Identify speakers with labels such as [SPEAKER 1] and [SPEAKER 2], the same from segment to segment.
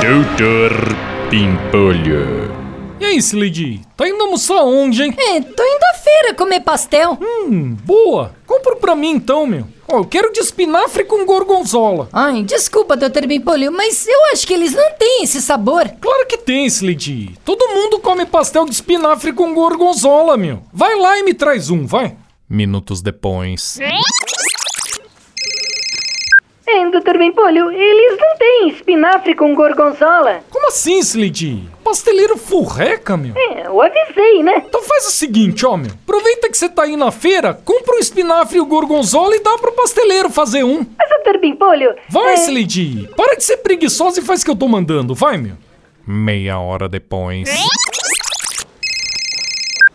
[SPEAKER 1] Doutor Pimpolho.
[SPEAKER 2] E aí, Slidy? Tá indo almoçar aonde, hein?
[SPEAKER 3] É, tô indo à feira comer pastel.
[SPEAKER 2] Hum, boa. Compra pra mim então, meu. Ó, eu quero de espinafre com gorgonzola.
[SPEAKER 3] Ai, desculpa, Dr. Bimpolio, mas eu acho que eles não têm esse sabor.
[SPEAKER 2] Claro que tem, Slidy. Todo mundo come pastel de espinafre com gorgonzola, meu. Vai lá e me traz um, vai. Minutos depois.
[SPEAKER 4] É, Dr. Bempolho, eles não têm espinafre com gorgonzola.
[SPEAKER 2] Como assim, Slidy? Pasteleiro furreca, meu.
[SPEAKER 4] É, eu avisei, né?
[SPEAKER 2] Então faz o seguinte, ó, meu. Aproveita que você tá aí na feira, compra um espinafre e o gorgonzola e dá pro pasteleiro fazer um.
[SPEAKER 4] Mas, Dr. Bempolho...
[SPEAKER 2] Vai,
[SPEAKER 4] é,
[SPEAKER 2] Slidy. Para de ser preguiçosa e faz o que eu tô mandando, vai, meu. Meia hora depois.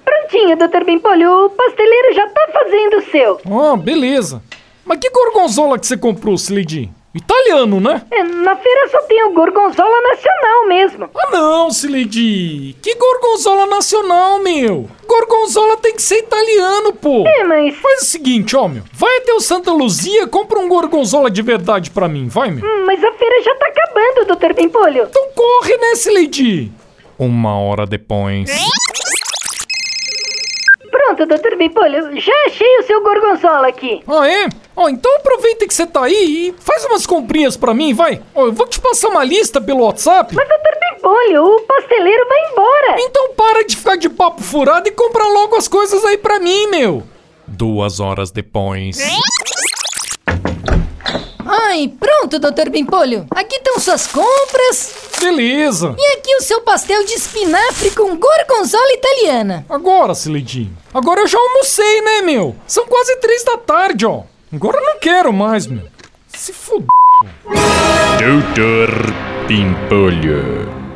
[SPEAKER 4] Prontinho, Dr. Bempolho, o pasteleiro já tá fazendo o seu.
[SPEAKER 2] Ah, beleza. Mas que gorgonzola que você comprou, Slidy? Italiano, né?
[SPEAKER 4] É, na feira só tem o gorgonzola nacional mesmo.
[SPEAKER 2] Ah não, Slidy! Que gorgonzola nacional, meu! Gorgonzola tem que ser italiano, pô!
[SPEAKER 4] É, mas...
[SPEAKER 2] Faz o seguinte, ó, meu. Vai até o Santa Luzia, compra um gorgonzola de verdade pra mim, vai, meu.
[SPEAKER 4] Hum, Mas a feira já tá acabando, Dr. Bempolho.
[SPEAKER 2] Então corre, né, Slidy? Uma hora depois.
[SPEAKER 4] Pronto, Dr. Bempolho, já achei o seu gorgonzola aqui.
[SPEAKER 2] Ah, é? Ó, então aproveita que você tá aí e faz umas comprinhas pra mim, vai. Ó, eu vou te passar uma lista pelo WhatsApp.
[SPEAKER 4] Mas, Dr. Bempolho, o pasteleiro vai embora.
[SPEAKER 2] Então para de ficar de papo furado e compra logo as coisas aí pra mim, meu. Duas horas depois.
[SPEAKER 3] Ai, pronto, Dr. Bimpolio. Aqui estão suas compras.
[SPEAKER 2] Beleza.
[SPEAKER 3] E aqui o seu pastel de espinafre com gorgonzola italiana.
[SPEAKER 2] Agora, Silidinho. Agora eu já almocei, né, meu? São quase três da tarde, ó. Agora eu não quero mais, meu. Se fuder.
[SPEAKER 1] Doutor Pimpolho.